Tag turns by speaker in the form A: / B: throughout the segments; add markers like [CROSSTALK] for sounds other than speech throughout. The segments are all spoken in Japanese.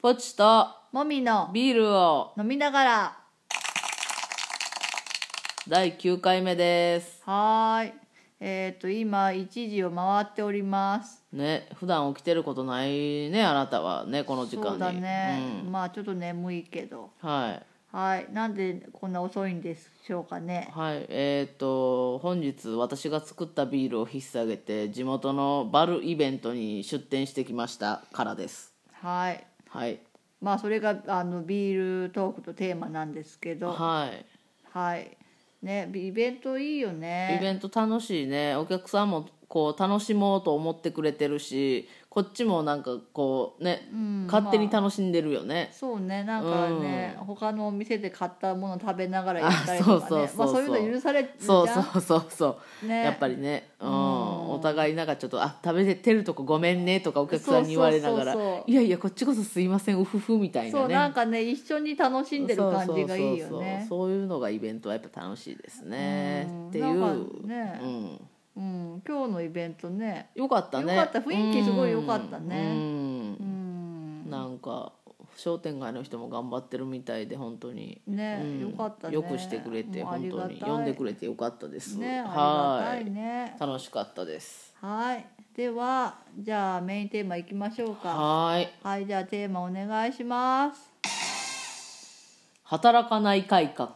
A: ポチと
B: もみの
A: ビールを
B: 飲みながら
A: 第9回目です
B: はーいえっ、と今1時を回っております
A: ね普段起きてることないねあなたはねこの時間に
B: そうだね、まあちょっと眠いけど
A: うんはい
B: はいなんでこんな遅いんでしょうかね
A: はいえっ、と本日私が作ったビールを引っ提げて地元のバルイベントに出店してきましたからです
B: はい
A: はい
B: まあそれがあのビールトークとテーマなんですけど
A: はい
B: はいねイベントいいよ
A: イ
B: ね
A: ベント楽しいねお客さんもこう楽しもうと思ってくれてるしこっちもなんかこうね、勝手に楽しんでるよね、
B: そうねなんかね、他のお店で買ったもの食べながら行ったりと
A: あ
B: か
A: そう
B: ね
A: そう
B: まあ
A: そうそう
B: そういうの許されるじゃん
A: そうそうそうそう、
B: ね
A: やっぱりね、うんお互いなんかちょっと「あ食べてるとこごめんね」とかお客さんに言われながら「
B: そうそうそうそう
A: いやいやこっちこそすいませんうふふ」みたい
B: そ
A: な
B: うなん
A: ね
B: かね一緒に楽しんでる感じがい
A: そうそう
B: いよ
A: そうそう
B: ね
A: そういうのがイベントはやっぱ楽しいですね
B: うん
A: ってい
B: なん
A: う、
B: かね
A: うん、
B: うん今日のイベントね
A: よかったね
B: よかった雰囲気すごいよかったね
A: うん
B: うん
A: なんか商店街の人も頑張ってるみたいで本当に、
B: ね
A: うん
B: よかったね
A: よくしてくれて
B: もうあ
A: 本
B: りがた
A: 当
B: い
A: に呼んでくれてよかったです、
B: ね
A: は
B: あり
A: い
B: がたいね
A: 楽しかったです
B: はいではじゃあメインテーマいきましょうか
A: はい
B: はいじゃあテーマお願いします
A: 働かない改革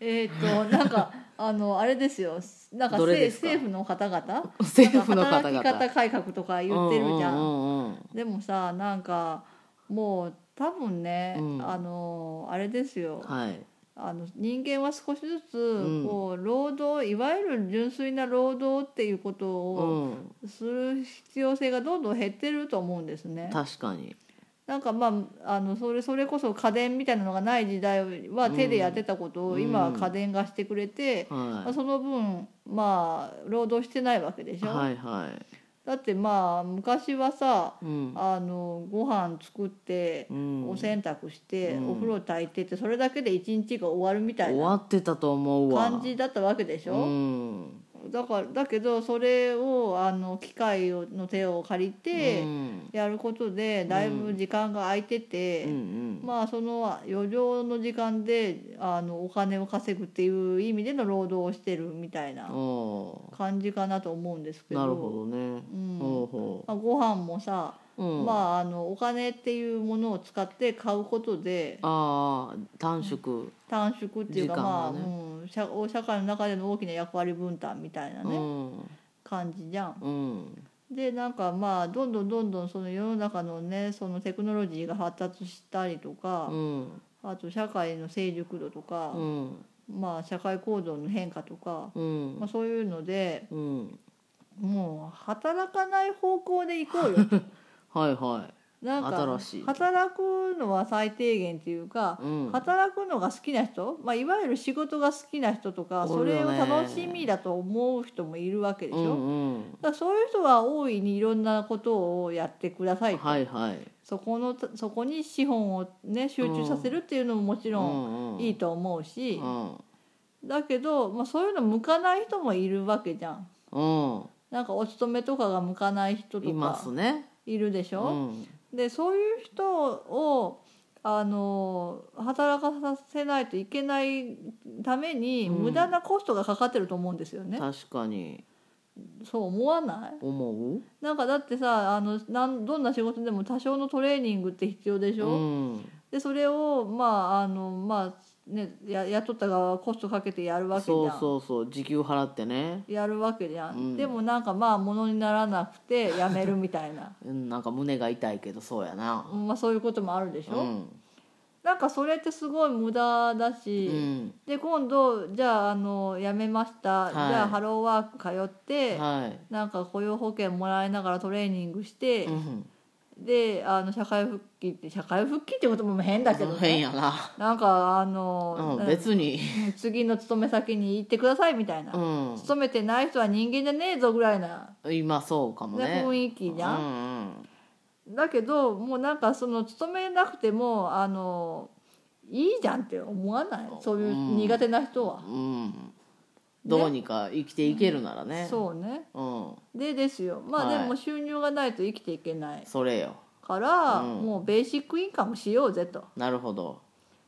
B: えっ、と
A: [LAUGHS]
B: なんかあのあれですよなんか
A: どれ
B: せ
A: ですか
B: 政府の方々
A: [LAUGHS] 政府の方々
B: なんか働き方改革とか言ってるじゃん,、
A: うんうんうんうん
B: でもさなんかもう多分ね、
A: うん
B: あのあれですよ
A: はい
B: あの人間は少しずつ
A: ん
B: こう労働いわゆる純粋な労働っていうこと
A: う
B: を
A: ん
B: する必要性がどんどん減ってると思うんですね。
A: 確かに
B: なんかまああのそれそれこそ家電みたいなのがない時代は手でやってたこと
A: う
B: を
A: ん
B: 今は家電がしてくれて、まあ、
A: は
B: その分まあ労働してないわけでし
A: い
B: ょ。
A: はいは
B: だってまあ昔はさ
A: いうん
B: あのご飯作って
A: う。ん
B: お洗濯して、
A: うん
B: お風呂炊いてってそれだけで一日が終わるみたい
A: 終
B: な
A: わってたと思うわ
B: 感じだったわけでし
A: う
B: ょ、
A: ん
B: だからだけどそれをあの機械をの手を借りて
A: うん
B: やることでだいぶ時間が空いてて、
A: うんうん
B: まあその余剰の時間であのお金を稼ぐっていう意味での労働をしてるみたいな
A: お
B: 感じかなと思うんです
A: ー
B: けど
A: なるほどね
B: うん
A: ほうほ
B: まあ、ご飯もさ、
A: ううん
B: まああのお金っていうものを使って買うことで
A: ああ短縮、
B: 短縮っていうか、
A: 時間
B: まあ
A: がね
B: うん、社社会の中での大きな役割分担みたいな
A: う
B: ね、
A: ん
B: 感じじゃん。
A: うん
B: でなんかまあどんどんどんどんその世の中のねそのテクノロジーが発達したりとか
A: う、ん
B: あと社会の成熟度とか
A: う、ん
B: まあ社会行動の変化とか、
A: うん
B: まあ、そういうので
A: うん
B: もう働かない方向で行こうよ
A: [LAUGHS]
B: と
A: はいは
B: なんか
A: 新しい
B: 働くのは最低限っていうか
A: い、うん
B: 働くのが好きな人、まあ、いわゆる仕事が好きな人とか
A: お
B: そ
A: るよね
B: れを楽しみだと思う人もいるわけでしょ。
A: うんうん
B: だからそういう人は大いにいろんなことをやってくださいと、
A: はいはい
B: そこのそこに資本をね集中させるっていうのももち
A: う
B: ろ
A: んうん
B: んいいと思うし
A: う、ん
B: だけど、まあ、そういうの向かない人もいるわけじゃん
A: うん
B: なんかお勤めとかが向かない人
A: い
B: と
A: ま
B: か
A: すね
B: いるでし
A: う
B: ょ、
A: ん
B: でそういう人をあの働かさせないといけないために
A: うん
B: 無駄なコストがかかってると思うんですよね、
A: 確かに
B: そう思わない
A: 思う
B: なんかだってさあのなんどんな仕事でも多少のトレーニングって必要でしょ、
A: うん
B: でそれをまああのまあねや雇った側はコストかけてやるわけじゃん
A: そうそうそう時給払ってね
B: やるわけじゃん、
A: うん
B: でもなんかまあものにならなくてやめるみたいな
A: うんなんか胸が痛いけどそうやな
B: まあそういうこともあるでしょ、
A: うん
B: なんかそれってすごい無駄だ
A: う
B: し、
A: ん
B: で今度じゃああの辞めました、
A: い
B: じゃあハローワーク通って、
A: はい
B: なんか雇用保険もらいながらトレーニングして
A: う、ん
B: であの社会復帰って社会復帰って言葉も変だけど
A: 変
B: ね
A: やな
B: なんかあ
A: う
B: の、
A: ん別に
B: うん次の勤め先に行ってくださいみたいな、
A: うん
B: 勤めてない人は人間じゃねえぞぐらいな、
A: 今そうかも
B: ね
A: ね
B: 雰囲気じゃん、
A: うんうん
B: だけどもうなんかその勤めなくてもあのいいじゃんって思わないそういう苦手な人は、
A: うん、どうにか生きていけるならね、
B: そうね
A: うん、
B: でですよまあ、
A: はい
B: でも収入がないと生きていけない
A: それよ、
B: から、
A: うん
B: もうベーシックインカムしようぜと、
A: なるほど、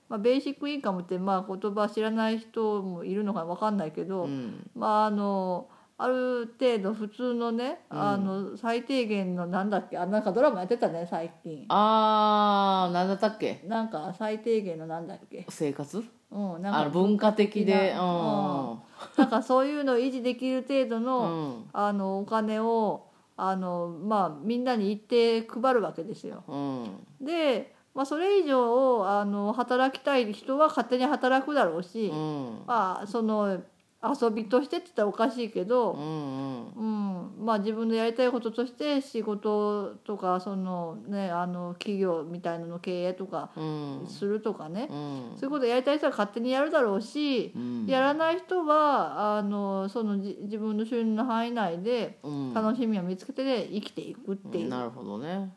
B: まあ、ベーシックインカムってまあ言葉知らない人もいるのか分かんないけど、
A: うん、
B: まああのある程度普通のね、
A: うん
B: あの最低限のなんだっけあなんかドラマやってたね最近
A: あー何だったっけ
B: なんか最低限のなんだっけ、
A: 生活
B: うん、
A: あ
B: な
A: の
B: んか
A: 文化的で
B: 的
A: う
B: なん [LAUGHS] なんかそういうのを維持できる程度の、
A: うん
B: あのお金をあの、まあ、みんなに一定配るわけですよ。
A: うん
B: で、まあ、それ以上あの働きたい人は勝手に働くだろうし、
A: うん
B: まあその遊びとしてって言ったらおかしいけ
A: う
B: ど、
A: んうん
B: うんまあ、自分のやりたいこととして仕事とかその、ね、あの企業みたいなの経営とか
A: うん
B: するとかね、
A: うん
B: そういうことやりたい人は勝手にやるだろうし、やらない人はあのそのじ自分の収入の範囲内で
A: うん
B: 楽しみを見つけて生きていくっていう、うん
A: なるほどね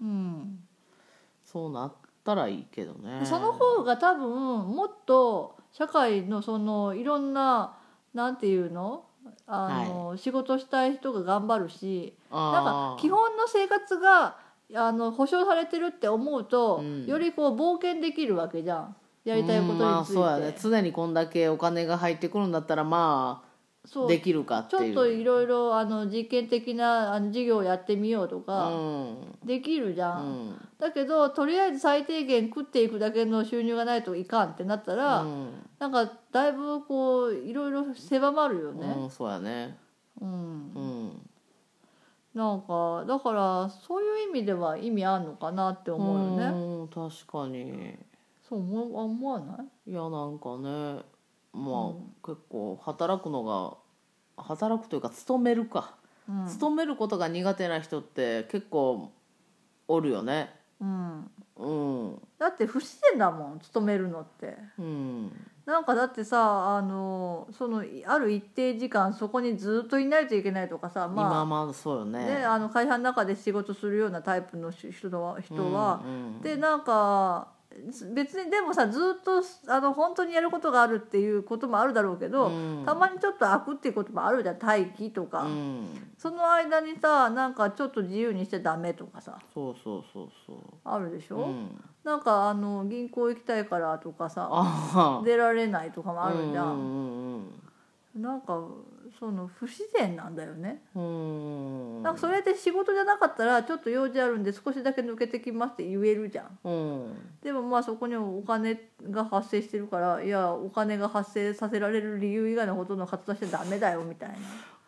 A: そうなったらいいけどね
B: その方が多分もっと社会のそのいろんななんていうのあの、仕事したい人が頑張るしなん
A: あ
B: か
A: ー
B: 基本の生活があの保障されてるって思うと、
A: うん
B: よりこう冒険できるわけじゃんやりたいことに
A: うんまあ
B: ついて、
A: そうやね常にこんだけお金が入ってくるんだったらま
B: そ
A: あ
B: う
A: できるかって
B: ちょ
A: い
B: っ
A: う
B: といろいろあの実験的なあの授業をやってみようと
A: う
B: か
A: ん
B: できるじゃ、
A: うんん
B: だけどとりあえず最低限食っていくだけの収入がないといかんってなったら、
A: うん
B: なんかだいぶこういろいろ狭まるよね、
A: うんそうやね
B: うん
A: うん
B: なんかだからそういう意味では意味あんのかなって思うよね、
A: うん確かに
B: そう思うあ思わない
A: いやなんかねまあ、
B: う
A: 結構働くのが働くというか勤めるか、
B: うん
A: 勤めることが苦手な人って結構おるよね
B: うん、
A: うん
B: だって不自然だもん勤めるのって
A: うん
B: なんかだってさあのそのいある一定時間そこにずっといないといけないとかさまあ
A: 今はまあそうよね
B: ね、あの会社の中で仕事するようなタイプのし人は人は、
A: うんうん
B: でなんか別にでもさずっとあの本当にやることがあるっていうこともあるだろうけど、
A: うん
B: たまにちょっと開くっていうこともあるじゃん待機とか、
A: うん
B: その間にさなんかちょっと自由にしてダメとかさ
A: そうそうそうそ
B: あるでし
A: う、
B: ょ、
A: うん、
B: なんかあの銀行行きたいからとかさ
A: あ
B: 出られないとかもあるじゃ、
A: うんんうん
B: なんかその不自然なんだよね。
A: うんうん
B: なんかそれで仕事じゃなかったらちょっと用事あるんで少しだけ抜けてきますって言えるじゃん
A: うん
B: でもまあそこにお金が発生してるからいやお金が発生させられる理由以外のことの活動してダメだよみたいな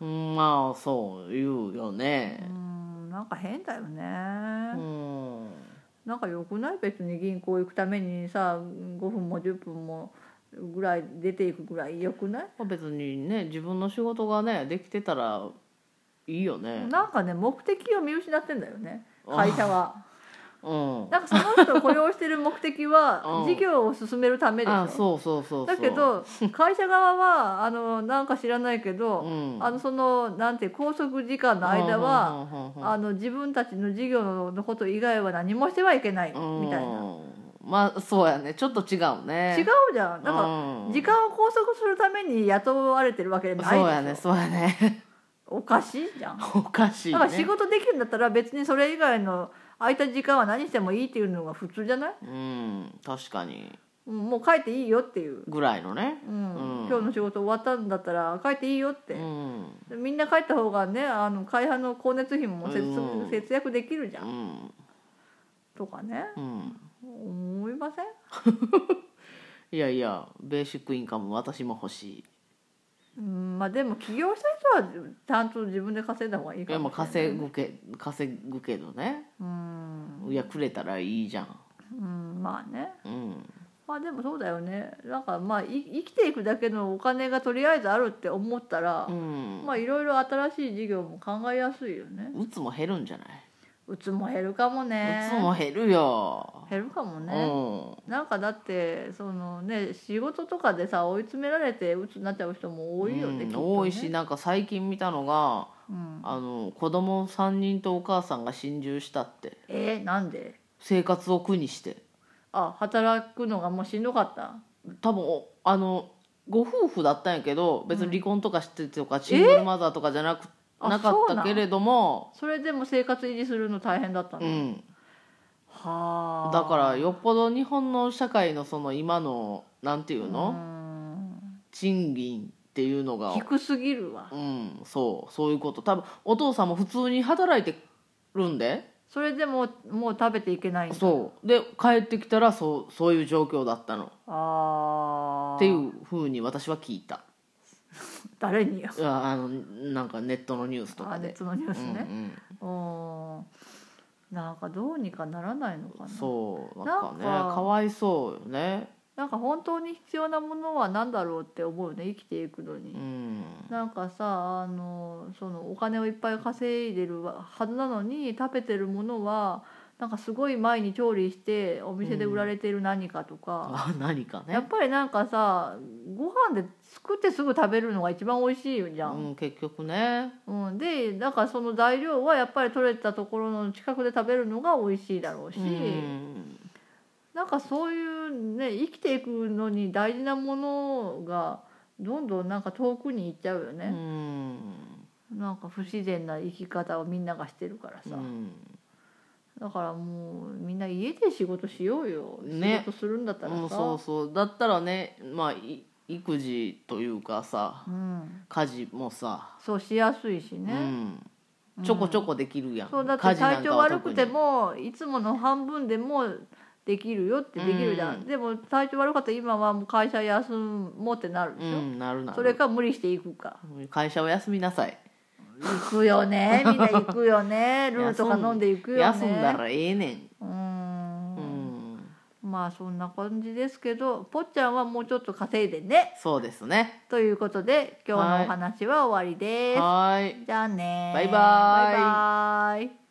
A: うんまあそう言うよ
B: う
A: ね
B: んなんか変だよね
A: うん、
B: なんかよくない別に銀行行くためにさ5分も10分もぐらい出ていくぐらいよくない
A: まあ別にね自分の仕事がねできてたらいいよね
B: なんかね目的を見失ってんだよね会社は
A: うん
B: なんかその人を雇用してる目的は
A: [LAUGHS] うん
B: 事業を進めるためでしょ
A: あそうそうそうそう
B: だ
A: [LAUGHS]
B: けど会社側はあのなんか知らないけ
A: う
B: ど、
A: ん、
B: あのそのなんて拘束時間の間は、
A: うんうんうんうん
B: あの自分たちの事業のこと以外は何もしてはいけないみ
A: うん
B: たいな、
A: まあそうやねちょっと違うね
B: 違うじゃんなんか、
A: うん
B: 時間を拘束するために雇われてるわけじゃないでしょ
A: そうやねそうやね [LAUGHS]
B: おかしいじゃん、
A: おかしい
B: だ
A: ね
B: から仕事できるんだったら別にそれ以外の空いた時間は何してもいいっていうのが普通じゃない、
A: うん確かに
B: うんもう帰っていいよっていう、
A: ぐらいのね
B: うん
A: うん
B: 今日の仕事終わったんだったら帰っていいよって、
A: うん
B: でみんな帰った方がねあの会派の光熱費も節,、
A: うん
B: 節約できるじゃ
A: うんん
B: とかね
A: うん
B: 思いません
A: いやいやベーシックインカム私も欲しい
B: うんまあでも起業した人はちゃんと自分で稼いだ方がいい
A: い
B: か
A: やま
B: も
A: あ
B: しれない
A: 稼ぐけ稼ぐけどね
B: うん
A: いやくれたらいいじゃん
B: うんまあね
A: うん
B: まあでもそうだよねなんかまあい生きていくだけのお金がとりあえずあるって思ったら
A: う、ん
B: まあいろいろ新しい事業も考えやすいよね
A: うつも減るんじゃな
B: うつも減るかもね
A: いうつも減るよ
B: 減るかも
A: う
B: ね、
A: ん
B: なんかだってそのね仕事とかでさ追い詰められて鬱になっちゃう人も多いよね,、
A: う
B: き
A: ん
B: っとね
A: 多いし、なんか最近見たのが
B: うん、
A: あの子供三3人とお母さんが心中したって
B: えーなんで
A: 生活を苦にして
B: あ働くのがもうしんどかった
A: 多分おあのご夫婦だったんやけど別に離婚とかしてとか、シングルマザーとかじゃなく
B: あ
A: なか
B: そ
A: っ
B: うな
A: た
B: ん
A: けれども
B: それでも生活維持するの大変だった
A: う
B: の、
A: ん
B: はあ
A: だからよっぽど日本の社会のその今のなんていうの、
B: うん
A: 賃金っていうのが
B: 低すぎるわ
A: うんそうそういうこと多分お父さんも普通に働いてるんで
B: それでもうもう食べていけないんだ
A: そうで帰ってきたらそうそういう状況だったの
B: ああ
A: っていうふうに私は聞いた
B: 誰によ
A: いやあのなんかネットのニュースと
B: あ
A: かで
B: 熱のニュースね
A: うん
B: うんなんかどうにかならないのか
A: うん
B: な
A: そうなんかね
B: なんか
A: かわいそうよね
B: なんか本当に必要なものは何だろうって思うね生きていくのに、
A: うん
B: なんかさあのそのお金をいっぱい稼いでるはずなのに食べてるものはなんかすごい前に調理してお店で売られている何かとか、
A: あ [LAUGHS] 何か
B: や
A: ね
B: っぱりなんかさご飯で作ってすぐ食べるのが一番美味しいじゃ。
A: うんん結局ね
B: うんでなんかその材料はやっぱり取れたところの近くで食べるのが美味しいだろうし、
A: うん
B: なんかそういうね生きていくのに大事なものがどんどんなんか遠くに行っちゃうよね。
A: うん
B: なんか不自然な生き方をみんながしてるからさ、だからもうみんな家で仕事しようよ、
A: ね
B: 仕事するんだったらさ、
A: うんそうそうだったらねまあい育児というかさ
B: うん
A: 家事もさ、
B: そうしやすいし
A: う
B: ね、
A: ん、ちょこちょこできるやん、
B: そうだって
A: 家事な
B: 体
A: んか
B: 調
A: は
B: 悪
A: 特
B: く
A: に
B: てもいつもの半分でもできるよってできるじゃん、
A: うん
B: でも体調悪かったら今はもう会社休もうってなるでし
A: う
B: ょ、
A: んなるなる
B: それか無理していくか
A: 会社を休みなさい
B: 行くよ
A: [LAUGHS]
B: ねみんな行くよねルーとか飲んで行くよね
A: 休んだらええねん
B: う
A: うんん
B: まあそんな感じですけどぽっちゃんはもうちょっと稼いでね
A: そうですね
B: ということで今日のお話は終わりです。
A: はーい
B: じゃあね
A: バイバイ
B: バイバイ